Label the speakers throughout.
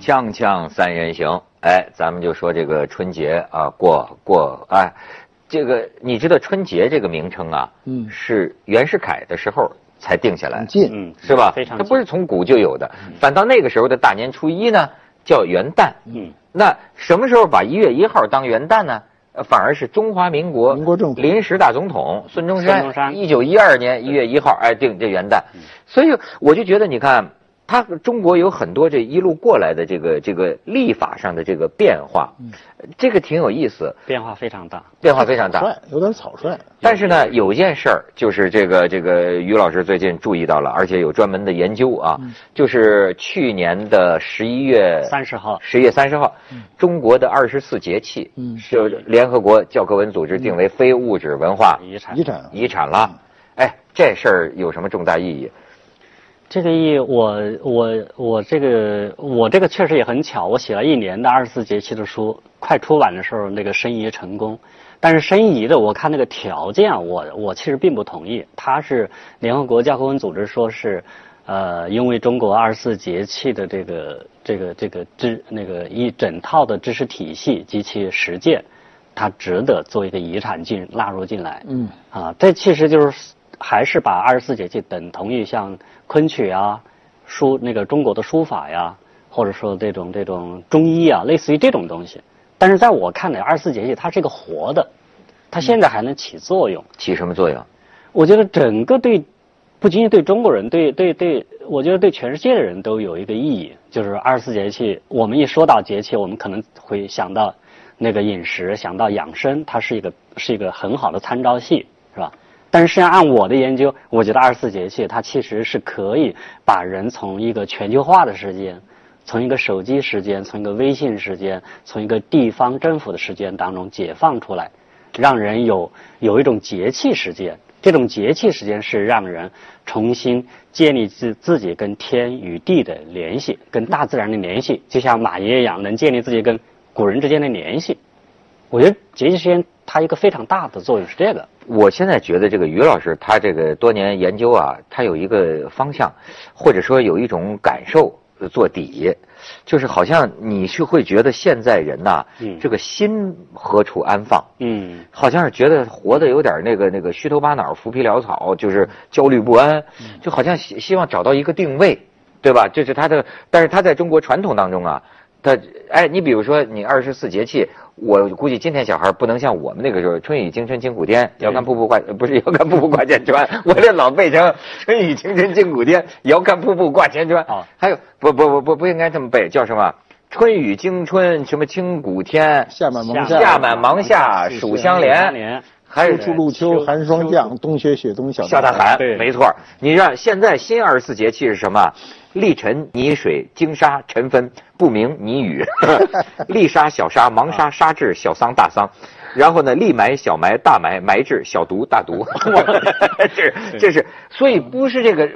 Speaker 1: 锵锵三人行，哎，咱们就说这个春节啊，过过哎，这个你知道春节这个名称啊，
Speaker 2: 嗯
Speaker 1: 是袁世凯的时候才定下来
Speaker 2: 很，近，
Speaker 3: 嗯，
Speaker 1: 是吧？
Speaker 3: 非常
Speaker 1: 它不是从古就有的，反倒那个时候的大年初一呢叫元旦，
Speaker 3: 嗯，
Speaker 1: 那什么时候把一月一号当元旦呢？呃反而是中华民国
Speaker 2: 民国政府
Speaker 1: 临时大总统孙中
Speaker 3: 孙
Speaker 1: 山，
Speaker 3: 中山嗯
Speaker 1: 一九一二年一月一号，哎，定这元旦。所以我就觉得，你看，他中国有很多这一路过来的这个这个历法上的这个变化，
Speaker 2: 嗯
Speaker 1: 这个挺有意思，
Speaker 3: 变化非常大。
Speaker 1: 变化非常大。
Speaker 2: 帅，有点草率。
Speaker 1: 但是呢，有一件事儿就是这个这个于老师最近注意到了，而且有专门的研究啊，就是去年的十一月
Speaker 3: 嗯三十号，嗯
Speaker 1: 十月三十号，中国的二十四节气，
Speaker 2: 嗯
Speaker 1: 就联合国教科文组织
Speaker 3: 嗯
Speaker 1: 定为非物质文化
Speaker 3: 遗产
Speaker 2: 遗产
Speaker 1: 遗产了。
Speaker 3: 嗯
Speaker 1: 哎，这事儿有什么重大意义？
Speaker 3: 这个意义我我我这个我这个确实也很巧，我写了一年的二十四节气的书，快出版的时候那个申遗成功，但是申遗的我看那个条件啊，我我其实并不同意，它是联合国教科文组织说是，呃，因为中国二十四节气的这个这个这个知那个一整套的知识体系及其实践，它值得做一个遗产进纳入进来。
Speaker 2: 嗯，
Speaker 3: 啊，这其实就是还是把二十四节气等同于像昆曲啊、书那个中国的书法呀，或者说这种这种中医啊，类似于这种东西。但是在我看来，二十四节气它是一个活的，它现在还能起作用。
Speaker 1: 起什么作用？
Speaker 3: 我觉得整个对，不仅仅对中国人，对对对，我觉得对全世界的人都有一个意义。就是二十四节气，我们一说到节气，我们可能会想到那个饮食，想到养生，它是一个是一个很好的参照系，是吧？但是实际上，按我的研究，我觉得二十四节气它其实是可以把人从一个全球化的时间，从一个手机时间，从一个微信时间，从一个地方政府的时间当中解放出来，让人有有一种节气时间。这种节气时间是让人重新建立自自己跟天与地的联系，跟大自然的联系，就像马爷一样，能建立自己跟古人之间的联系。我觉得节气时间它一个非常大的作用是这个。
Speaker 1: 我现在觉得这个于老师他这个多年研究啊，他有一个方向，或者说有一种感受呃做底，就是好像你是会觉得现在人呐、
Speaker 3: 嗯
Speaker 1: 这个心何处安放？
Speaker 3: 嗯，
Speaker 1: 好像是觉得活得有点那个那个虚头巴脑、浮皮潦草，就是焦虑不安，就好像希希望找到一个定位，对吧？这是他的，但是他在中国传统当中啊，他哎，你比如说你二十四节气，我估计今天小孩不能像我们那个时候“春雨惊春惊古天，遥看瀑布挂”呃不是“遥 看瀑布挂前川”，我这老背成“春雨惊春惊古天，遥看瀑布挂前川”
Speaker 3: 哦。
Speaker 1: 还有不不不不不应该这么背，叫什么？春雨惊春，什么清古天，
Speaker 2: 夏满蒙
Speaker 3: 夏
Speaker 1: 夏满芒夏暑相连，
Speaker 3: 连，
Speaker 1: 还有
Speaker 2: 秋处露秋，寒霜降，冬雪雪冬小
Speaker 1: 笑大
Speaker 2: 寒。
Speaker 1: 喊，
Speaker 3: 对
Speaker 1: 没错儿。你让现在新二十四节气是什么？立晨、泥水、惊沙、尘纷、不明、泥雨， 立沙、小沙、芒沙、沙至、小桑、大桑，然后呢，立霾、小霾、大霾、霾至、小毒、大 毒，这这是，所以不是这个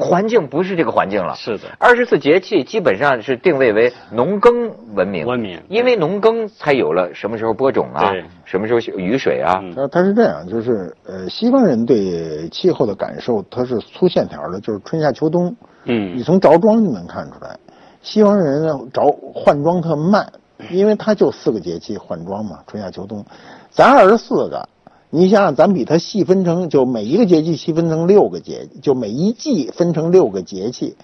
Speaker 1: 环境，不是这个环境了。
Speaker 3: 是的，
Speaker 1: 二十四节气基本上是定位为农耕文明，
Speaker 3: 文明
Speaker 1: 因为农耕才有了什么时候播种啊
Speaker 3: 对，
Speaker 1: 什么时候雨水啊，
Speaker 3: 嗯
Speaker 2: 他呃他是这样，就是呃，西方人对气候的感受，它是粗线条的，就是春夏秋冬。你
Speaker 3: 嗯，
Speaker 2: 从着装就能看出来，西方人呢着换装特慢，因为他就四个节气换装嘛，春夏秋冬。咱二十四个，你想想，咱比他细分成，就每一个节气细分成六个节，就每一季分成六个节气，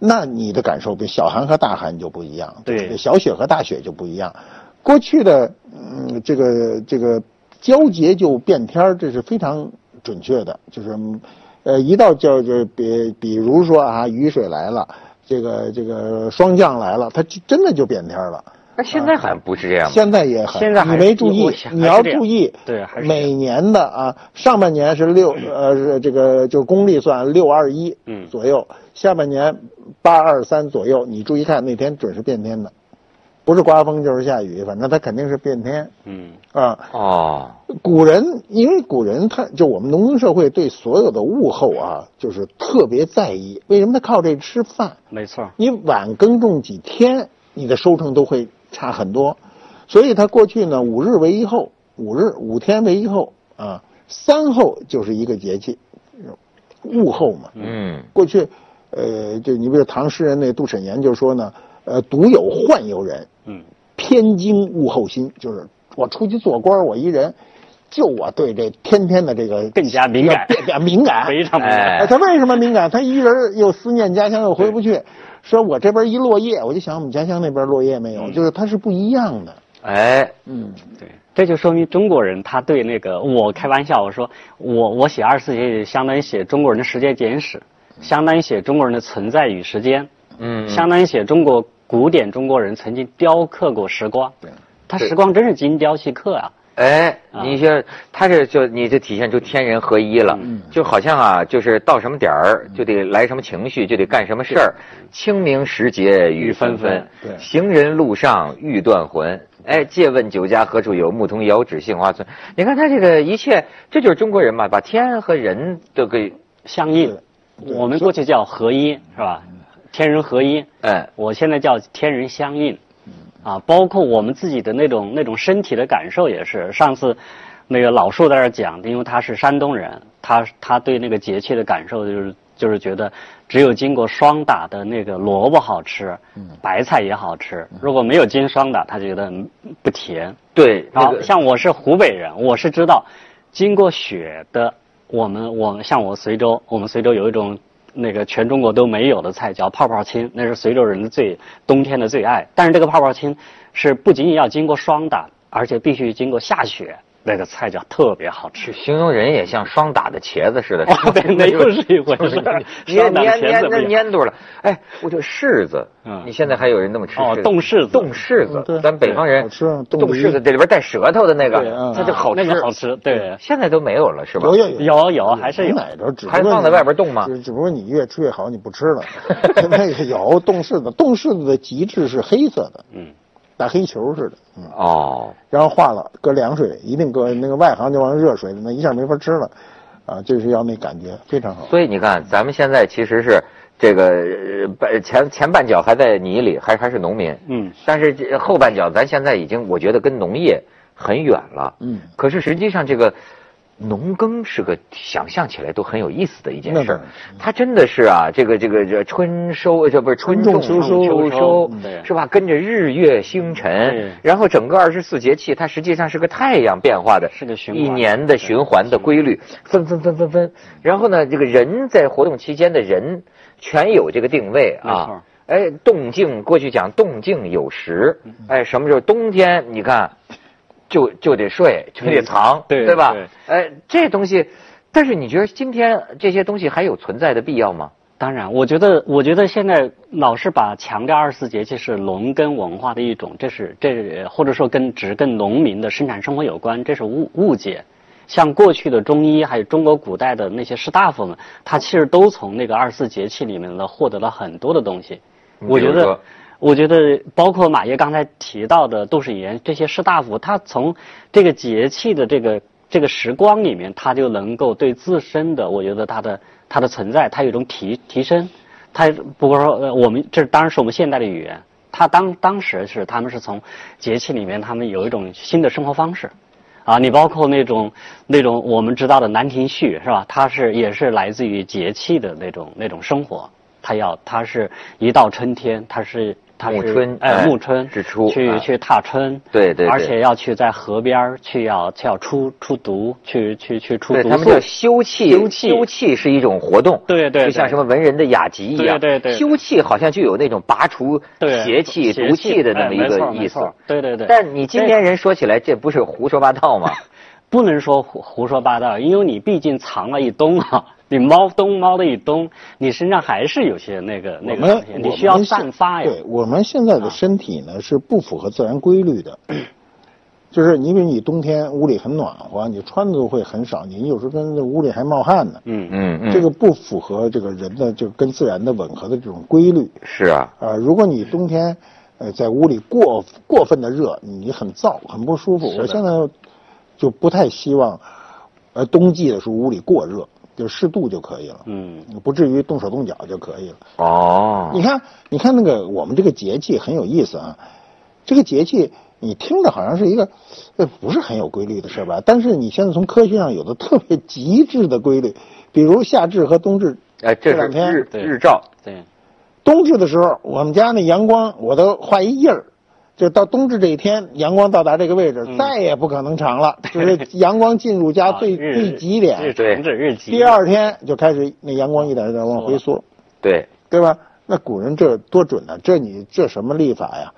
Speaker 2: 那你的感受比小寒和大寒就不一样，
Speaker 3: 对
Speaker 2: 小雪和大雪就不一样。过去的嗯，这个这个交节就变天儿，这是非常准确的，就是嗯呃，一到就就比比如说啊，雨水来了，这个这个霜降来了，它就真的就变天儿了。
Speaker 1: 那现在啊好像不是这样吧？
Speaker 2: 现在也很，
Speaker 3: 现在还
Speaker 2: 你没注意
Speaker 3: 我想，还是
Speaker 2: 你要
Speaker 3: 这样
Speaker 2: 注意，
Speaker 3: 对还是这样
Speaker 2: 每年的啊，上半年是六呃是这个就是公历算六二一
Speaker 3: 嗯
Speaker 2: 左右，下半年八二三左右，你注意看那天准是变天的，不是刮风就是下雨，反正它肯定是变天
Speaker 3: 嗯，
Speaker 2: 啊。
Speaker 1: 哦。
Speaker 2: 古人，因为古人他就我们农耕社会对所有的物候啊，就是特别在意。为什么他靠这吃饭？
Speaker 3: 没错，
Speaker 2: 你晚耕种几天，你的收成都会差很多。所以他过去呢，五日为一候，五日五天为一候啊，三候就是一个节气，物候嘛。
Speaker 1: 嗯
Speaker 2: 过去，呃，就你比如唐诗人那杜审言就说呢，呃，独有宦游人，
Speaker 3: 嗯，
Speaker 2: 偏经物后心，就是我出去做官，我一人，就我对这天天的这个
Speaker 3: 更加敏感
Speaker 2: 更加敏 感，
Speaker 3: 非常明白。
Speaker 1: 哎
Speaker 2: 哎，他为什么敏感？他一人又思念家乡，又回不去。说我这边一落叶，我就想我们家乡那边落叶没有，
Speaker 1: 嗯
Speaker 2: 就是它是不一样的。
Speaker 1: 哎，
Speaker 2: 嗯，
Speaker 3: 对，这就说明中国人他对那个我开玩笑，我说我我写二十四节气，相当于写中国人的时间简史，相当于写中国人的存在与时间，
Speaker 1: 嗯，
Speaker 3: 相当于写中国古典中国人曾经雕刻过时光。
Speaker 2: 对，
Speaker 3: 他时光真是精雕细刻啊。
Speaker 1: 哎，
Speaker 3: 啊
Speaker 1: 你这他这就你这体现出天人合一了，就好像啊，就是到什么点儿就得来什么情绪，就得干什么事儿。清明时节雨纷纷
Speaker 2: 对，
Speaker 1: 行人路上欲断魂。哎，借问酒家何处有？牧童遥指杏花村。你看他这个一切，这就是中国人嘛，把天和人都给，
Speaker 3: 相应，
Speaker 2: 对
Speaker 3: 我们过去叫合一，是吧？天人合一，
Speaker 1: 哎，
Speaker 3: 我现在叫天人相应，啊，包括我们自己的那种那种身体的感受也是。上次那个老树在那儿讲，因为他是山东人，他他对那个节气的感受就是就是觉得只有经过霜打的那个萝卜好吃，白菜也好吃，如果没有经霜打，他觉得不甜。
Speaker 1: 对，
Speaker 3: 然
Speaker 1: 那
Speaker 3: 后
Speaker 1: 个
Speaker 3: 像我是湖北人，我是知道，经过雪的，我们我们像我随州，我们随州有一种那个全中国都没有的菜叫泡泡青，那是随州人的最冬天的最爱。但是这个泡泡青是不仅仅要经过霜打，而且必须经过下雪，那个菜叫特别好 吃。
Speaker 1: 形容人也像霜打的茄子似的，
Speaker 3: 哦，对，那又是一回
Speaker 1: 就是
Speaker 3: 事儿。
Speaker 1: 粘
Speaker 3: 霜打的
Speaker 1: 粘
Speaker 3: 甜
Speaker 1: 粘
Speaker 3: 怎么
Speaker 1: 那
Speaker 3: 样
Speaker 1: 粘住了。哎，我这柿子
Speaker 3: 嗯，
Speaker 1: 你现在还有人那么吃
Speaker 3: 哦
Speaker 1: 柿子
Speaker 3: 冻柿子
Speaker 1: 冻柿
Speaker 2: 嗯对
Speaker 1: 子，咱北方人
Speaker 2: 好吃啊冻
Speaker 1: 冻
Speaker 2: 梨
Speaker 1: 柿子，这里边带舌头的那
Speaker 2: 对
Speaker 1: 个
Speaker 2: 嗯，
Speaker 1: 它就好吃嗯
Speaker 3: 那。个好吃，对，
Speaker 1: 现在都没有了，是吧？
Speaker 2: 有有
Speaker 3: 嗯有有还是有
Speaker 1: 嗯
Speaker 2: 哪都只不
Speaker 1: 还
Speaker 2: 过
Speaker 1: 放在
Speaker 2: 你
Speaker 1: 外边冻吗
Speaker 2: 只只不过你越吃越好，你不吃 了。那个有冻柿子，冻柿子的极致是黑色的，
Speaker 3: 嗯，
Speaker 2: 大黑球似的，嗯，
Speaker 1: 哦，
Speaker 2: 然后化了，搁凉水里，一定搁那个外行就往热水里，那一下没法吃了，啊，就是要那感觉非常好。
Speaker 1: 所以你看，咱们现在其实是这个呃半前前半脚还在泥里，还还是农民，
Speaker 3: 嗯，
Speaker 1: 但是这后半脚咱现在已经我觉得跟农业很远了，
Speaker 2: 嗯，
Speaker 1: 可是实际上这个农耕是个想象起来都很有意思的一件
Speaker 2: 那
Speaker 1: 事儿
Speaker 2: 当然，
Speaker 1: 它真的是啊，这个这个这春收呃这不是春
Speaker 2: 春
Speaker 1: 种
Speaker 2: 种秋收
Speaker 1: 秋收
Speaker 3: 嗯对
Speaker 1: 是吧？跟着日月星辰
Speaker 3: 对，
Speaker 1: 然后整个二十四节气它实际上是个太阳变化的，
Speaker 3: 是个循环
Speaker 1: 一年的循环的规律，分分分分分。然后呢，这个人在活动期间的人全有这个定位
Speaker 3: 没错
Speaker 1: 啊。哎，动静过去讲动静有时，
Speaker 3: 嗯
Speaker 1: 哎，什么时候冬天你看，就就得睡，就得藏，
Speaker 3: 嗯对
Speaker 1: 吧
Speaker 3: 对？
Speaker 1: 哎，这东西，但是你觉得今天这些东西还有存在的必要吗？
Speaker 3: 当然，我觉得，我觉得现在老是把强调二十四节气是农耕文化的一种，这是这是或者说跟只跟农民的生产生活有关，这是误误解。像过去的中医，还有中国古代的那些士大夫们，他其实都从那个二十四节气里面呢获得了很多的东西。
Speaker 1: 你
Speaker 3: 我
Speaker 1: 比
Speaker 3: 觉
Speaker 1: 如
Speaker 3: 得
Speaker 1: 说，
Speaker 3: 我觉得包括马爷刚才提到的杜水岩这些士大夫，他从这个节气的这个这个时光里面，他就能够对自身的，我觉得他的他的存在，他有一种提提升。他不过说，呃，我们这当然是我们现代的语言，他当当时是他们是从节气里面，他们有一种新的生活方式。啊，你包括那种那种我们知道的《兰亭序》是吧？它是也是来自于节气的那种那种生活，它要它是一到春天，它是它是
Speaker 1: 暮春
Speaker 3: 哎
Speaker 1: 哎
Speaker 3: 暮春
Speaker 1: 之初
Speaker 3: 去、
Speaker 1: 哎
Speaker 3: 去踏春，
Speaker 1: 对对对
Speaker 3: 而且要去在河边儿去要去要出出毒，去去去出
Speaker 1: 对
Speaker 3: 毒
Speaker 1: 他们
Speaker 3: 素
Speaker 1: 叫，休憩，
Speaker 3: 休憩
Speaker 1: 休憩是一种活动，
Speaker 3: 对对对
Speaker 1: 就像什么文人的雅集一样，
Speaker 3: 对对对
Speaker 1: 休憩好像就有那种拔除
Speaker 3: 对
Speaker 1: 邪气、
Speaker 3: 邪
Speaker 1: 毒气的那
Speaker 3: 哎
Speaker 1: 么一
Speaker 3: 没错
Speaker 1: 个
Speaker 3: 没
Speaker 1: 意思。
Speaker 3: 错对对对。
Speaker 1: 但你今天人说起来，这不是胡说八道吗？
Speaker 3: 不能说胡胡说八道，因为你毕竟藏了一冬啊， 你猫冬猫了一冬，你身上还是有些那个
Speaker 2: 我
Speaker 3: 那个
Speaker 2: 们
Speaker 3: 东西，你需要
Speaker 2: 我们现
Speaker 3: 散发呀。啊
Speaker 2: 对，我们现在的身体呢是不符合自然规律 的，就是你比如你冬天屋里很暖和，你穿的会很少，你有时候跟这屋里还冒汗呢，
Speaker 3: 嗯，
Speaker 1: 嗯嗯，
Speaker 2: 这个不符合这个人的就跟自然的吻合的这种规律。
Speaker 1: 是啊，
Speaker 2: 啊、如果你冬天呃在屋里过过分的热，你很燥，很不舒服。我现在就不太希望，呃，冬季的时候屋里过热，就适度就可以了，
Speaker 3: 嗯，
Speaker 2: 不至于动手动脚就可以了。
Speaker 1: 哦
Speaker 2: 你，看，你看那个我们这个节气很有意思啊，这个节气你听着好像是一个，呃，不是很有规律的事儿吧？但是你现在从科学上有的特别极致的规律，比如夏至和冬至，
Speaker 1: 哎，这
Speaker 2: 这两
Speaker 1: 是
Speaker 2: 天
Speaker 1: 日
Speaker 3: 对
Speaker 1: 日照，
Speaker 3: 对，
Speaker 2: 冬去的时候，我们家那阳光我都画一印儿，就到冬至这一天，阳光到达这个位置，
Speaker 3: 嗯
Speaker 2: 再也不可能长 了，就是阳光进入家最、
Speaker 3: 啊日
Speaker 2: 最极点。
Speaker 3: 日长至日极。
Speaker 2: 第二天就开始那阳光一点一点往回缩，
Speaker 1: 对，
Speaker 2: 对吧？那古人这多准呢、这你这什么历法呀？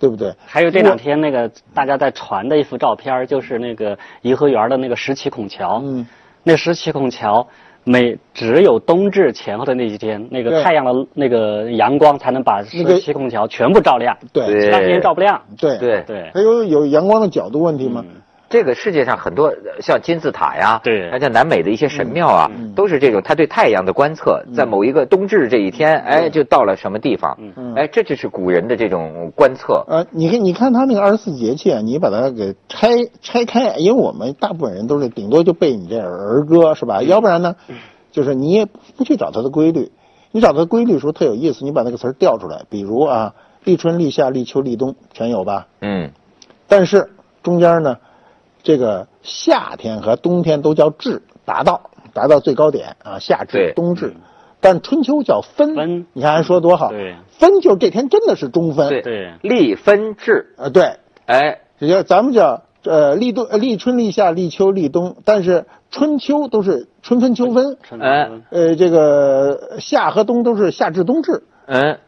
Speaker 2: 对不对？
Speaker 3: 还有这两天那个大家在传的一幅照片儿，就是那个颐和园的那个石岐孔桥。
Speaker 2: 嗯，
Speaker 3: 那石岐孔桥每只有冬至前后的那几天，那
Speaker 2: 对
Speaker 3: 个太阳的那个阳光才能把
Speaker 2: 那个
Speaker 3: 石岐孔桥全部照亮，
Speaker 2: 对
Speaker 1: 对
Speaker 3: 其他天照不亮。
Speaker 2: 对
Speaker 1: 对
Speaker 3: 对
Speaker 2: 它有有阳光的角度问题吗？
Speaker 1: 这个世界上很多呃像金字塔呀，
Speaker 3: 对
Speaker 1: 还像南美的一些神
Speaker 2: 嗯
Speaker 1: 庙啊，都是这种他对太阳的观测，在某一个冬至这一天，
Speaker 3: 嗯
Speaker 1: 哎，就到了什么地方，
Speaker 2: 嗯
Speaker 1: 哎，这就是古人的这种观测。
Speaker 2: 呃，你看，你看他那个二十四节气啊，你把它给拆拆开，因为我们大部分人都是顶多就背你这儿歌是吧？要不然呢，就是你也不去找它的规律，你找它的规律的时候特有意思，你把那个词儿调出来，比如啊，立春、立夏、立秋、立冬全有吧？
Speaker 1: 嗯，
Speaker 2: 但是中间呢，这个夏天和冬天都叫至，达到达到最高点啊，夏至
Speaker 1: 对、
Speaker 2: 冬至。但春秋叫分，
Speaker 3: 分
Speaker 2: 你看还说多好，
Speaker 3: 对
Speaker 2: 分就是这天真的是中分，
Speaker 1: 对
Speaker 3: 对
Speaker 1: 立分制，
Speaker 2: 呃，对，
Speaker 1: 哎，
Speaker 2: 也就是咱们叫呃立冬、呃立春、立夏、立秋、立冬，但是春秋都是春分、秋分，
Speaker 3: 春
Speaker 1: 哎
Speaker 2: 呃，这个夏和冬都是夏至、冬至。
Speaker 1: 嗯，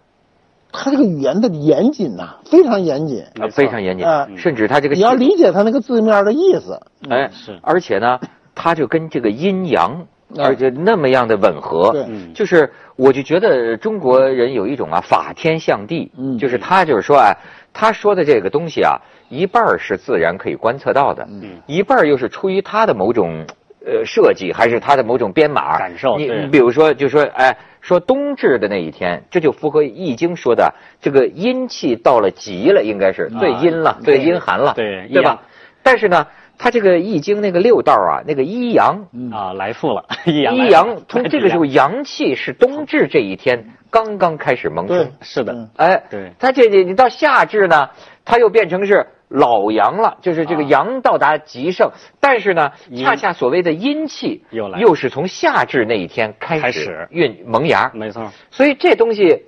Speaker 2: 它这个语言的严谨呐、非常严谨。
Speaker 1: 呃非常严谨
Speaker 2: 啊，
Speaker 1: 甚至他这个
Speaker 2: 你要理解它那个字面的意思，
Speaker 1: 哎，
Speaker 3: 是
Speaker 1: 而且呢，它就跟这个阴阳，
Speaker 2: 哎
Speaker 1: 而且那么样的吻合，
Speaker 2: 对
Speaker 3: 嗯
Speaker 1: 就是我就觉得中国人有一种啊法天象地，
Speaker 2: 嗯
Speaker 1: 就是他就是说啊，他说的这个东西啊，一半儿是自然可以观测到的，
Speaker 2: 嗯
Speaker 1: 一半儿又是出于他的某种。呃，设计还是他的某种编码
Speaker 3: 感受
Speaker 1: 你
Speaker 3: 对
Speaker 1: 你比如说，就说哎，说冬至的那一天，这就符合《易经》说的这个阴气到了极了，应该是最阴了，最阴寒 了，
Speaker 3: 啊对
Speaker 1: 对
Speaker 3: 阴阳
Speaker 1: 吧？但是呢，它这个《易经》那个六道啊，那个一阳，
Speaker 2: 嗯
Speaker 3: 啊，来复了，一阳来
Speaker 1: 一
Speaker 3: 复
Speaker 1: 阳， 从
Speaker 3: 来
Speaker 1: 这
Speaker 3: 抵
Speaker 1: 个时候
Speaker 3: 阳
Speaker 1: 阳气是冬至这一天刚刚开始萌
Speaker 2: 对
Speaker 1: 生，，
Speaker 3: 是的
Speaker 2: 嗯
Speaker 1: 哎，
Speaker 3: 对
Speaker 1: 它这你你到夏至呢，它又变成是老阳了，就是这个
Speaker 3: 啊
Speaker 1: 阳到达极盛，但是呢，
Speaker 3: 阴
Speaker 1: 恰恰所谓的阴气
Speaker 3: 又来
Speaker 1: 又是从夏至那一天开
Speaker 3: 开
Speaker 1: 始
Speaker 3: 始嗯
Speaker 1: 孕萌芽，
Speaker 3: 没错，
Speaker 1: 所以这东西。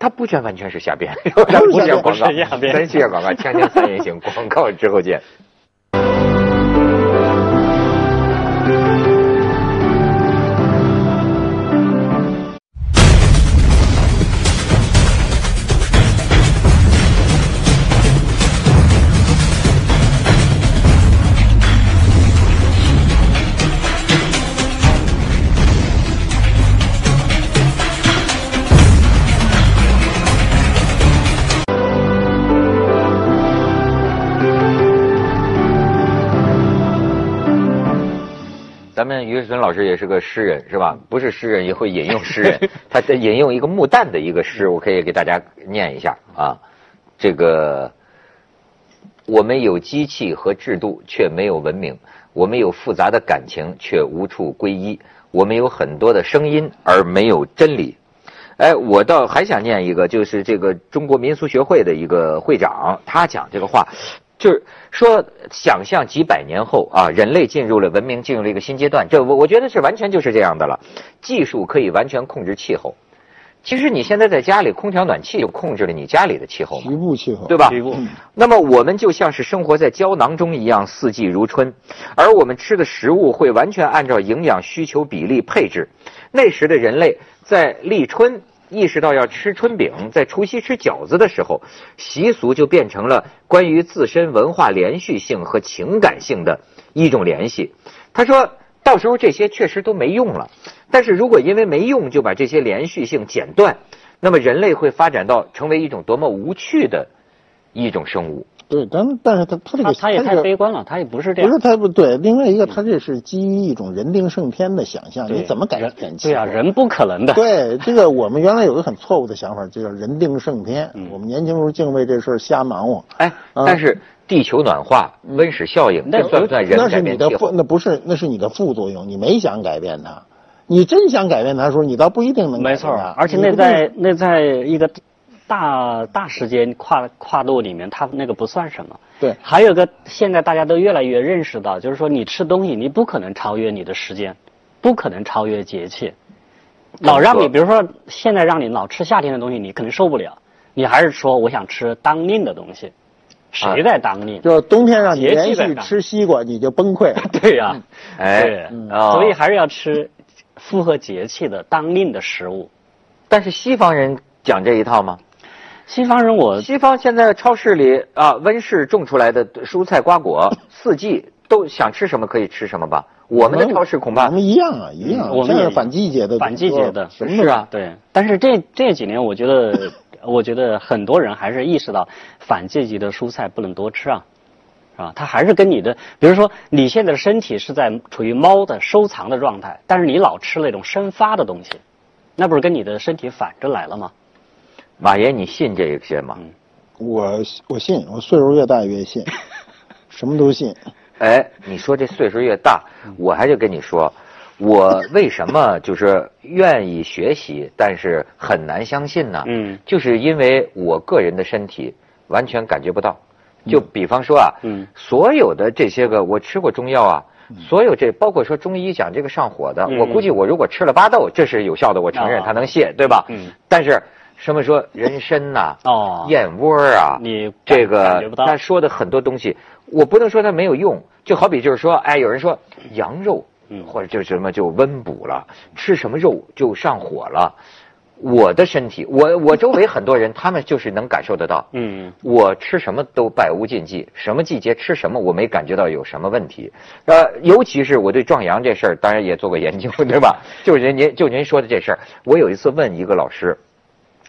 Speaker 1: 它不全完全是瞎编， 咱不接广告
Speaker 3: 不是瞎，编
Speaker 1: 咱接广告，锵锵三人行，广告之后见。咱们于世存老师也是个诗人，是吧？不是诗人也会引用诗人，他在引用一个穆旦的一个诗，我可以给大家念一下啊。这个，我们有机器和制度，却没有文明；我们有复杂的感情，却无处归依；我们有很多的声音，而没有真理。哎，我倒还想念一个，就是这个中国民俗学会的一个会长，他讲这个话，就是说，想象几百年后啊，人类进入了文明，进入了一个新阶段，这我我觉得是完全就是这样的了。技术可以完全控制气候，其实你现在在家里空调暖气就控制了你家里的气候嘛
Speaker 2: 局，部气候，
Speaker 1: 对吧？嗯
Speaker 3: 局部
Speaker 1: 那么我们就像是生活在胶囊中一样，四季如春，而我们吃的食物会完全按照营养需求比例配置。那时的人类在立春意识到要吃春饼，在除夕吃饺子的时候，习俗就变成了关于自身文化连续性和情感性的一种联系。他说。到时候这些确实都没用了，但是如果因为没用就把这些连续性剪断，那么人类会发展到成为一种多么无趣的一种生物。
Speaker 2: 对，但但是它它这
Speaker 3: 他
Speaker 2: 个
Speaker 3: 他也
Speaker 2: 它这
Speaker 3: 太
Speaker 2: 个
Speaker 3: 悲观了，他也不是这
Speaker 2: 不是。
Speaker 3: 样
Speaker 2: 它不对，另外一个它这是基于一种人定胜天的想象，
Speaker 3: 对
Speaker 2: 你怎么改
Speaker 3: 人
Speaker 2: 变气
Speaker 3: 对
Speaker 2: 候？
Speaker 3: 啊，人不可能的。
Speaker 2: 对，这个我们原来有个很错误的想法，就叫人定胜天。
Speaker 3: 嗯
Speaker 2: 我们年轻时候净为这事儿瞎忙活。
Speaker 1: 哎，
Speaker 2: 嗯
Speaker 1: 但是地球暖化、温室效应，
Speaker 3: 那
Speaker 1: 这算不算人
Speaker 2: 那
Speaker 1: 改
Speaker 2: 是
Speaker 1: 变
Speaker 2: 你的
Speaker 1: 气
Speaker 2: 副，
Speaker 1: 候？
Speaker 2: 那不是，那是你的副作用，你没想改变它。你真想改变它的时候，你倒不一定能改变
Speaker 3: 没
Speaker 2: 它。
Speaker 3: 错，而且
Speaker 2: 你
Speaker 3: 那
Speaker 2: 不定
Speaker 3: 在那在一个大大时间跨跨度里面，它那个不算什么。
Speaker 2: 对
Speaker 3: 还有个现在大家都越来越认识到，就是说你吃东西，你不可能超越你的时间，不可能超越节气。老让你，
Speaker 1: 说
Speaker 3: 比如说现在让你老吃夏天的东西，你肯定受不了，你还是说我想吃当令的东西，谁在当令？
Speaker 2: 就是冬天让你
Speaker 3: 节气
Speaker 2: 连
Speaker 3: 呗
Speaker 2: 续吃西瓜，你就崩溃了。
Speaker 3: 对呀、对
Speaker 1: 哎，啊
Speaker 3: 所以还是要吃符合节气的当令的食物。
Speaker 1: 但是西方人讲这一套吗？
Speaker 3: 西方人我
Speaker 1: 西方现在超市里啊，温室种出来的蔬菜瓜果，四季都想吃什么可以吃什么吧。我们的超市恐
Speaker 2: 我
Speaker 1: 怕
Speaker 2: 嗯们一样啊，一样啊，
Speaker 3: 嗯我们
Speaker 2: 这
Speaker 3: 也
Speaker 2: 是反季节的，
Speaker 3: 反季节的
Speaker 2: 什么
Speaker 1: 是
Speaker 2: 都
Speaker 1: 啊，
Speaker 3: 对，但是这这几年我觉得， 我觉得很多人还是意识到反季节的蔬菜不能多吃啊，啊，它还是跟你的，比如说你现在的身体是在处于猫的收藏的状态，但是你老吃那种生发的东西，那不是跟你的身体反着来了吗？
Speaker 1: 马爷，你信这些吗？
Speaker 2: 我我信，我岁数越大越 信，什么都信。
Speaker 1: 哎，你说这岁数越大，我还就跟你说，我为什么就是愿意学习，但是很难相信呢？
Speaker 3: 嗯
Speaker 1: 就是因为我个人的身体完全感觉不到。就比方说啊，
Speaker 3: 嗯
Speaker 1: 所有的这些个我吃过中药啊，所有这包括说中医讲这个上火的，
Speaker 3: 嗯
Speaker 1: 我估计我如果吃了巴豆，这是有效的，我承认
Speaker 3: 啊
Speaker 1: 它能泻，对吧？
Speaker 3: 嗯。
Speaker 1: 但是什么说人参呐、
Speaker 3: 哦
Speaker 1: 燕窝啊，
Speaker 3: 你感
Speaker 1: 这
Speaker 3: 感
Speaker 1: 个
Speaker 3: 觉不到
Speaker 1: 他说的很多东西，我不能说它没有用，就好比就是说，哎，有人说羊肉，
Speaker 3: 嗯
Speaker 1: 或者就是什么就温补了，吃什么肉就上火了。我的身体，我我周围很多人，他们就是能感受得到，
Speaker 3: 嗯，
Speaker 1: 我吃什么都百无禁忌，什么季节吃什么，我没感觉到有什么问题。呃，尤其是我对壮阳这事儿，当然也做过研究，对吧？ 就是您您就您说的这事儿，我有一次问一个老师，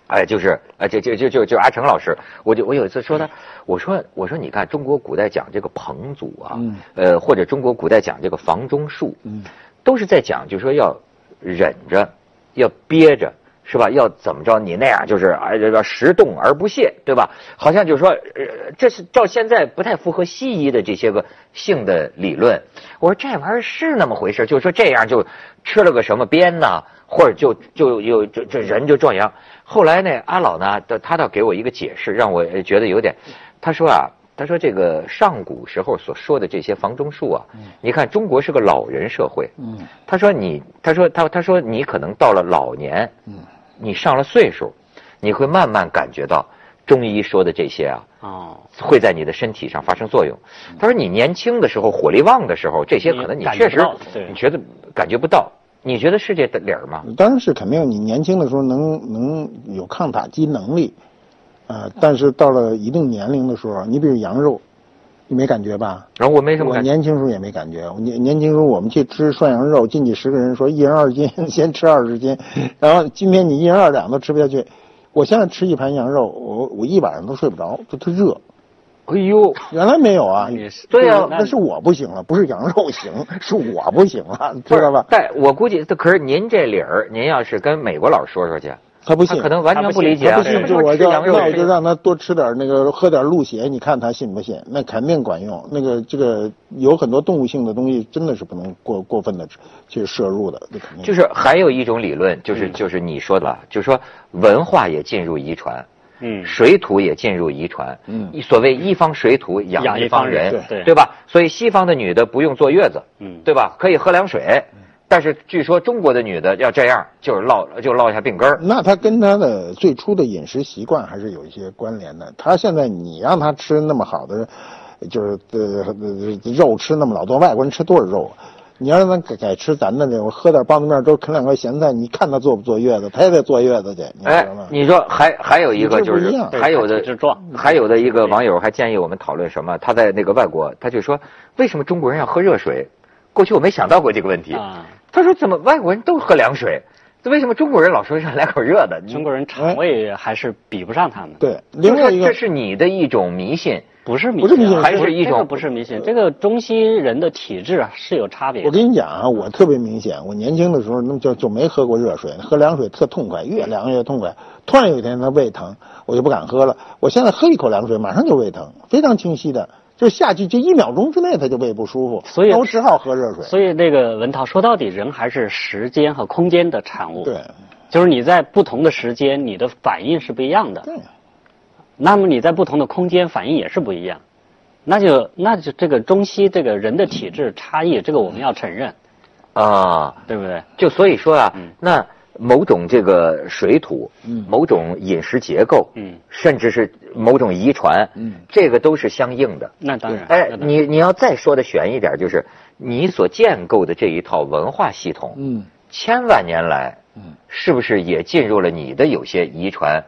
Speaker 1: 哎，就是哎，就就就就就阿成老师，我就我有一次说他，我说我说你看中国古代讲这个彭祖啊，
Speaker 2: 嗯
Speaker 1: 呃，或者中国古代讲这个房中术，
Speaker 2: 嗯，
Speaker 1: 都是在讲，就是说要忍着，要憋着，是吧？要怎么着？你那样就是哎，这个食动而不泄，对吧？好像就是说，呃这是照现在不太符合西医的这些个性的理论。我说这玩意儿是那么回事，就是说这样就吃了个什么鞭呐，或者就就有这这人就壮阳。后来呢，阿老呢，他他倒给我一个解释，让我呃觉得有点，他说啊。他说：“这个上古时候所说的这些房中术啊，你看中国是个老人社会，
Speaker 2: 嗯
Speaker 1: 他说你，他说他他说你可能到了老年，
Speaker 2: 嗯，
Speaker 1: 你上了岁数，你会慢慢感觉到中医说的这些啊，
Speaker 3: 哦，
Speaker 1: 会在你的身体上发生作用。
Speaker 2: 嗯
Speaker 1: 他说你年轻的时候火力旺的时候，这些可能
Speaker 3: 你
Speaker 1: 你
Speaker 3: 感
Speaker 1: 确
Speaker 3: 觉
Speaker 1: 实
Speaker 3: 不到对
Speaker 1: 你觉得感觉不到，你觉得是这理儿吗？
Speaker 2: 当然是肯定，你年轻的时候能能有抗打击能力，啊、但是到了一定年龄的时候，啊你比如羊肉，你没感觉吧？
Speaker 1: 然后我没什么
Speaker 2: 我
Speaker 1: 感觉，
Speaker 2: 年轻时候也没感觉，我年年轻时候我们去吃涮羊肉，进去十个人说一人二斤， 先吃二十斤，然后今天你一人二两都吃不下去。我现在吃一盘羊肉，我我一晚上都睡不着，就它热。
Speaker 1: 哎呦，
Speaker 2: 原来没有啊，
Speaker 3: 你是
Speaker 1: 对啊
Speaker 2: 那那是我不行了，不是羊肉行， 是我 不行了，
Speaker 1: 不
Speaker 2: 知
Speaker 1: 是
Speaker 2: 道吧？
Speaker 1: 但我估计，可是您这理儿，您要是跟美国佬说说去，
Speaker 2: 他不
Speaker 1: 他
Speaker 2: 信，
Speaker 1: 可能完
Speaker 3: 他
Speaker 1: 全
Speaker 3: 不
Speaker 1: 不理
Speaker 3: 信
Speaker 1: 解
Speaker 2: 他
Speaker 1: 啊。
Speaker 2: 不
Speaker 3: 对
Speaker 2: 信
Speaker 1: 你
Speaker 2: 就
Speaker 1: 说
Speaker 2: 我
Speaker 1: 吃
Speaker 2: 就
Speaker 1: 羊肉
Speaker 2: 那我
Speaker 1: 是
Speaker 2: 就让他多吃点那个，喝点鹿血，你看他信不信？那肯定管用。那个这个有很多动物性的东西，真的是不能过过分的去摄入的，那肯定
Speaker 1: 就是还有一种理论，就是
Speaker 3: 嗯
Speaker 1: 就是你说的了，就是说文化也进入遗传，
Speaker 3: 嗯，
Speaker 1: 水土也进入遗传。
Speaker 2: 嗯
Speaker 1: 所谓一方水土
Speaker 3: 养
Speaker 1: 养
Speaker 3: 一
Speaker 1: 一
Speaker 3: 方
Speaker 1: 方人，
Speaker 3: 人对
Speaker 1: 对吧？所以西方的女的不用坐月子，
Speaker 3: 嗯
Speaker 1: 对吧？可以喝凉水，但是据说中国的女的要这样，就是落就落下病根
Speaker 3: 嗯
Speaker 1: 儿。
Speaker 2: 那他跟他的最初的饮食习惯还是有一些关联的。他现在你让他吃那么好的，就是呃呃肉吃那么老多，外国人吃多少肉啊？你要让他改改吃咱的这种，喝点棒子面粥，啃两块咸菜，你看他坐不坐月子？他也得坐月子去，你知
Speaker 1: 哎
Speaker 2: 道吗，？
Speaker 1: 你说还还有一个就
Speaker 2: 体质
Speaker 1: 是
Speaker 2: 不一样
Speaker 1: 还有
Speaker 3: 对
Speaker 1: 的
Speaker 3: 体质壮
Speaker 1: 还有的一
Speaker 3: 嗯
Speaker 1: 个网友还建议我们讨论什么？他在那个外国，他就说为什么中国人要喝热水？过去我没想到过这个问题。
Speaker 3: 啊，
Speaker 1: 他说怎么外国人都喝凉水，为什么中国人老说让来口热的？
Speaker 3: 中国人肠胃还是比不上他们。
Speaker 2: 对，
Speaker 1: 就
Speaker 2: 另
Speaker 1: 是说
Speaker 2: 外一
Speaker 1: 这
Speaker 2: 个
Speaker 1: 是你的一种迷信。
Speaker 3: 不是迷
Speaker 2: 不是迷
Speaker 3: 信
Speaker 2: 信
Speaker 3: 啊，
Speaker 1: 还
Speaker 3: 不
Speaker 1: 是一
Speaker 3: 这个
Speaker 1: 种
Speaker 3: 不是迷信，这个中西人的体质啊是有差别的。
Speaker 2: 我跟你讲啊，我特别明显，我年轻的时候那么就就没喝过热水，喝凉水特痛快，越凉越痛快。突然有一天它胃疼，我就不敢喝了。我现在喝一口凉水，马上就胃疼，非常清晰的，就下去就一秒钟之内它就胃不舒服，
Speaker 3: 所以
Speaker 2: 那我只好喝热水。
Speaker 3: 所以那个文涛说到底，人还是时间和空间的产物。
Speaker 2: 对，
Speaker 3: 就是你在不同的时间，你的反应是不一样的。
Speaker 2: 对，
Speaker 3: 那么你在不同的空间反应也是不一样。那就那就这个中西这个人的体质差异，这个我们要承认，
Speaker 1: 啊，
Speaker 3: 对不对？
Speaker 2: 嗯
Speaker 1: 就所以说啊，那某种这个水土，某种饮食结构，
Speaker 3: 嗯
Speaker 1: 甚至是某种遗传，
Speaker 2: 嗯
Speaker 1: 这个都是相应的。
Speaker 3: 那当然，
Speaker 1: 哎
Speaker 3: 那，当然
Speaker 1: 你你要再说的玄一点，就是你所建构的这一套文化系统，
Speaker 2: 嗯
Speaker 1: 千万年来，
Speaker 2: 嗯
Speaker 1: 是不是也进入了你的有些遗传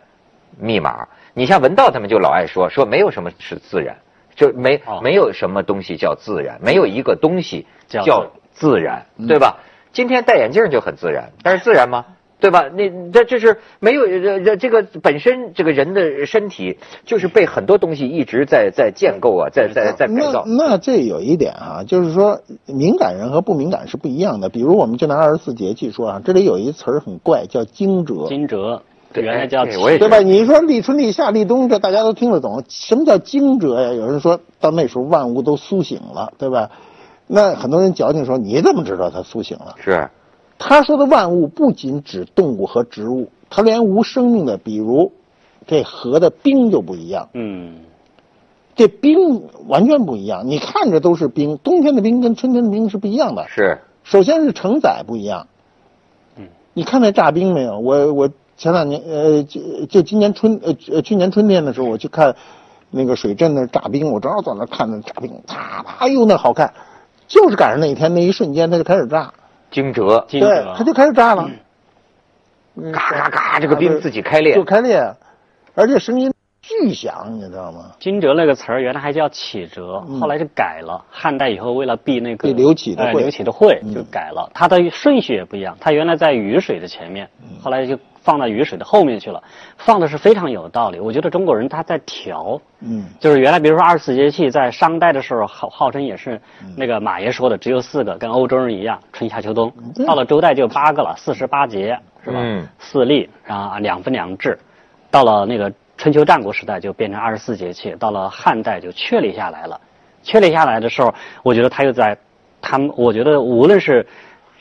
Speaker 1: 密码？你像文道他们就老爱说，说没有什么是自然，就没、
Speaker 3: 哦
Speaker 1: 没有什么东西叫自然，没有一个东西
Speaker 3: 叫嗯
Speaker 1: 叫自然，对吧？今天戴眼镜就很自然，但是自然吗？对吧？那这这是没有这这这个本身这个人的身体就是被很多东西一直在在建构啊，在在
Speaker 3: 嗯
Speaker 1: 在改
Speaker 2: 那
Speaker 1: 造。
Speaker 2: 那这有一点哈、就是说敏感人和不敏感是不一样的。比如我们就拿二十四节气说啊，这里有一词儿很怪，叫惊蛰。
Speaker 3: 惊蛰
Speaker 1: 对
Speaker 3: 原来叫
Speaker 1: 对我也
Speaker 2: 对吧？你说立春、立夏、立冬，这大家都听得懂。什么叫惊蛰呀？有人说到那时候万物都苏醒了，对吧？那很多人矫情说，你怎么知道它苏醒了？
Speaker 1: 是，
Speaker 2: 他说的万物不仅指动物和植物，他连无生命的，比如这河的冰就不一样，
Speaker 3: 嗯，
Speaker 2: 这冰完全不一样。你看着都是冰，冬天的冰跟春天的冰是不一样的。
Speaker 1: 是，
Speaker 2: 首先是承载不一样。
Speaker 3: 嗯，
Speaker 2: 你看那炸冰没有？我我前两年呃就就今年春呃去呃去年春天的时候，我去看那个水镇那炸冰，我正好在那看那炸冰，啪啪，哎呦那好看，就是赶上那一天那一瞬间它就开始炸，
Speaker 1: 惊蛰，
Speaker 3: 惊
Speaker 2: 对，它就
Speaker 3: 蛰
Speaker 2: 开始炸了，嗯
Speaker 1: 嘎嘎嘎，
Speaker 3: 啊
Speaker 1: 这个冰自己开裂
Speaker 2: 就，开裂，而且声音巨响，你知道吗？
Speaker 3: 惊蛰那个词儿原来还叫启蛰，
Speaker 2: 啊嗯
Speaker 3: 后来就改了。汉代以后为了避那个
Speaker 2: 避刘启的
Speaker 3: 哎
Speaker 2: 讳
Speaker 3: 刘启的讳
Speaker 2: 嗯
Speaker 3: 就改了。它的顺序也不一样，它原来在雨水的前面，
Speaker 2: 嗯
Speaker 3: 后来就放到雨水的后面去了，放的是非常有道理。我觉得中国人他在调，
Speaker 2: 嗯
Speaker 3: 就是原来比如说二十四节气在商代的时候号号称也是那个马爷说的只有四个，跟欧洲人一样春夏秋冬。到了周代就八个了，四十八节是吧？
Speaker 1: 嗯
Speaker 3: 四立，然后啊两分两制。到了那个春秋战国时代就变成二十四节气，到了汉代就确立下来了。确立下来的时候，我觉得他又在他们，我觉得无论是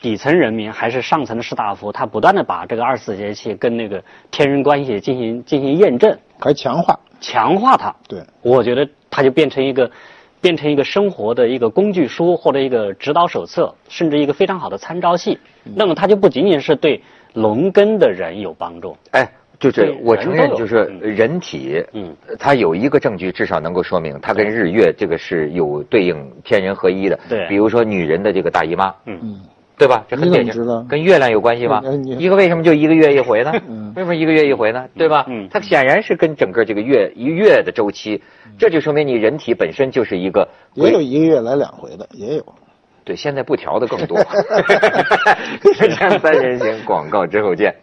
Speaker 3: 底层人民还是上层的士大夫，他不断的把这个二十四节气跟那个天人关系进行进行验证，
Speaker 2: 还强化，
Speaker 3: 强化它。
Speaker 2: 对，
Speaker 3: 我觉得它就变成一个，变成一个生活的一个工具书或者一个指导手册，甚至一个非常好的参照系。
Speaker 1: 嗯
Speaker 3: 那么它就不仅仅是对农耕的人有帮助，
Speaker 1: 哎，就是
Speaker 3: 对
Speaker 1: 我
Speaker 3: 人
Speaker 1: 承
Speaker 3: 都
Speaker 1: 认，
Speaker 3: 有
Speaker 1: 就是
Speaker 3: 嗯
Speaker 1: 人体，
Speaker 3: 嗯
Speaker 1: 呃，它有一个证据，至少能够说明它跟日月这个是有对应天人合一的。
Speaker 3: 对
Speaker 1: 比如说女人的这个大姨妈，
Speaker 3: 嗯，
Speaker 2: 嗯，
Speaker 1: 对吧？这很
Speaker 2: 你怎么
Speaker 1: 典型
Speaker 2: 知道，
Speaker 1: 跟月亮有关系吗
Speaker 2: 嗯？你
Speaker 1: 一个为什么就一个月一回呢？
Speaker 2: 嗯
Speaker 1: 为什么一个月一回呢？对吧
Speaker 3: 嗯？
Speaker 1: 它显然是跟整个这个月一月的周期，这就说明你人体本身就是一个
Speaker 2: 也有一个月来两回的，也有。
Speaker 1: 对，现在不调的更多。 锵三人行，广告之后见。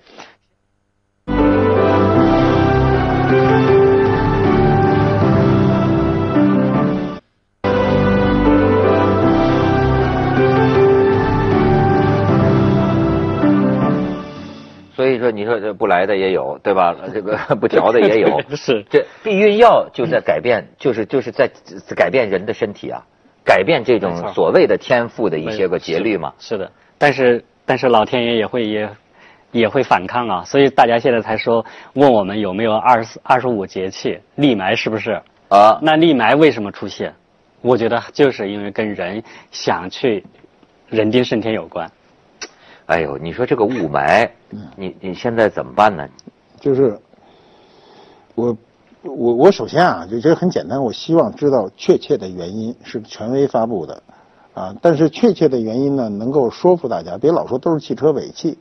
Speaker 1: 所以说，你说这不来的也有，对吧？这个不调的也有，
Speaker 3: 是
Speaker 1: 这避孕药就在改变，就是就是在改变人的身体啊，改变这
Speaker 3: 没
Speaker 1: 种
Speaker 3: 错
Speaker 1: 所谓的天赋的一些个节律嘛。
Speaker 3: 是的，但是但是老天爷也会也也会反抗啊，所以大家现在才说问我们有没有二十二十五节气，立埋是不是？
Speaker 1: 啊，
Speaker 3: 那立埋为什么出现？我觉得就是因为跟人想去人定胜天有关。
Speaker 1: 哎呦，你说这个雾霾，你你现在怎么办呢？
Speaker 2: 就是我我我首先啊，就觉得很简单，我希望知道确切的原因是权威发布的啊，但是确切的原因呢，能够说服大家，别老说都是汽车尾气。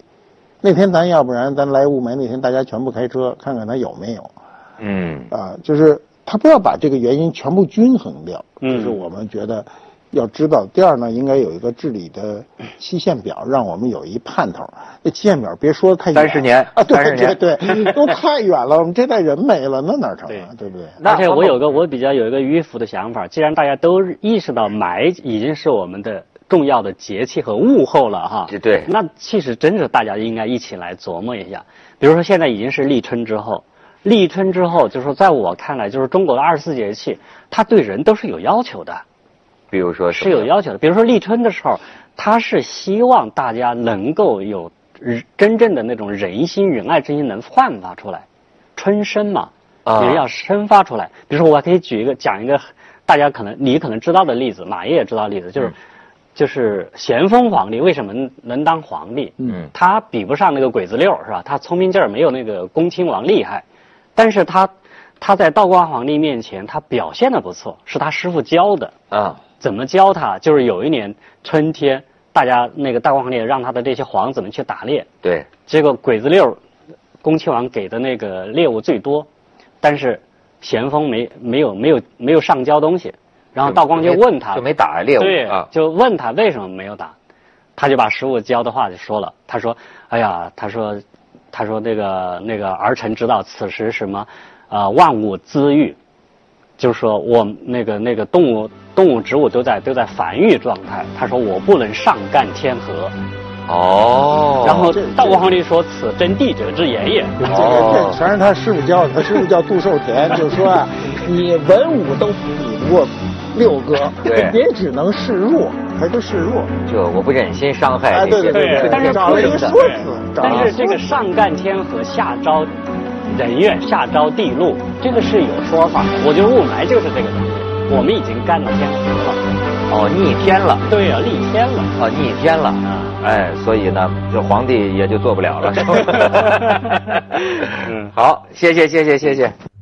Speaker 2: 那天咱要不然咱来雾霾那天，大家全部开车看看它有没有
Speaker 1: 嗯，
Speaker 2: 啊，就是他不要把这个原因全部均衡掉，
Speaker 3: 嗯
Speaker 2: 这是我们觉得要知道。第二呢，应该有一个治理的期限表，让我们有一盼头。那期限表别说得太远，
Speaker 1: 30年
Speaker 2: 啊，对
Speaker 1: 30
Speaker 2: 对
Speaker 1: 年
Speaker 2: 对，都太远了，我们这代人没了，那哪成啊，对不对？
Speaker 1: 那
Speaker 3: 而且
Speaker 1: 他
Speaker 3: 我
Speaker 1: 们
Speaker 3: 有个我比较有一个迂腐的想法，既然大家都意识到霾已经是我们的重要的节气和物候了哈，
Speaker 1: 对对
Speaker 3: 那其实真是大家应该一起来琢磨一下。比如说现在已经是立春之后，立春之后就是说在我看来，就是中国的二十四节气，它对人都是有要求的，
Speaker 1: 比如说什
Speaker 3: 是
Speaker 1: 么
Speaker 3: 有要求的。比如说立春的时候，它是希望大家能够有人真正的那种人心仁爱之心能焕发出来，春生嘛，
Speaker 1: 啊
Speaker 3: 也要生发出来。比如说，我还可以举一个讲一个大家可能你可能知道的例子，马爷也知道的例子，就是就是咸丰皇帝为什么能能当皇帝？
Speaker 1: 嗯
Speaker 3: 他比不上那个鬼子六是吧？他聪明劲儿没有那个恭亲王厉害，但是他他在道光皇帝面前他表现的不错，是他师傅教的。
Speaker 1: 啊
Speaker 3: 怎么教他？就是有一年春天，大家那个道光皇帝让他的这些皇子们去打猎，
Speaker 1: 对，
Speaker 3: 结果鬼子六，恭亲王给的那个猎物最多，但是咸丰没没有没有没有上交东西，然后道光就
Speaker 1: 没
Speaker 3: 问他，
Speaker 1: 就没打猎物
Speaker 3: 对，
Speaker 1: 啊，
Speaker 3: 就问他为什么没有打，他就把师傅教的话就说了，他说，哎呀，他说，他说那个那个儿臣知道此时什么，啊万物滋育，就是说我那个那个动物动物植物都在都在繁育状态，他说我不能上干天和，
Speaker 1: 哦，
Speaker 3: 然后
Speaker 2: 这
Speaker 3: 道光皇帝说此真帝者之言也，
Speaker 2: 这
Speaker 1: 哦
Speaker 2: 这全是他师傅教的，他师傅叫杜寿田，就说啊，你文武都比不过六哥，
Speaker 1: 对
Speaker 2: 别只能示弱，还是示弱。
Speaker 1: 这我不忍心伤害
Speaker 2: 哎，
Speaker 1: 这
Speaker 2: 对
Speaker 1: 些
Speaker 2: 对
Speaker 3: 对
Speaker 1: 这
Speaker 2: 对，
Speaker 3: 但是
Speaker 1: 些
Speaker 2: 找了一
Speaker 1: 畜
Speaker 2: 个
Speaker 1: 生
Speaker 2: 说辞，找了
Speaker 3: 但
Speaker 2: 一个
Speaker 3: 是这个上干天和下招人愿，下招地禄，这个是有说法的。我觉得雾霾就是这个东西，我们已经干了天和了，
Speaker 1: 哦逆天了
Speaker 3: 对啊，逆天了。
Speaker 1: 啊逆天了
Speaker 3: 嗯，
Speaker 1: 哎，所以呢，这皇 帝也就做不了了。是吧
Speaker 3: 嗯
Speaker 1: 好，谢谢谢谢谢谢。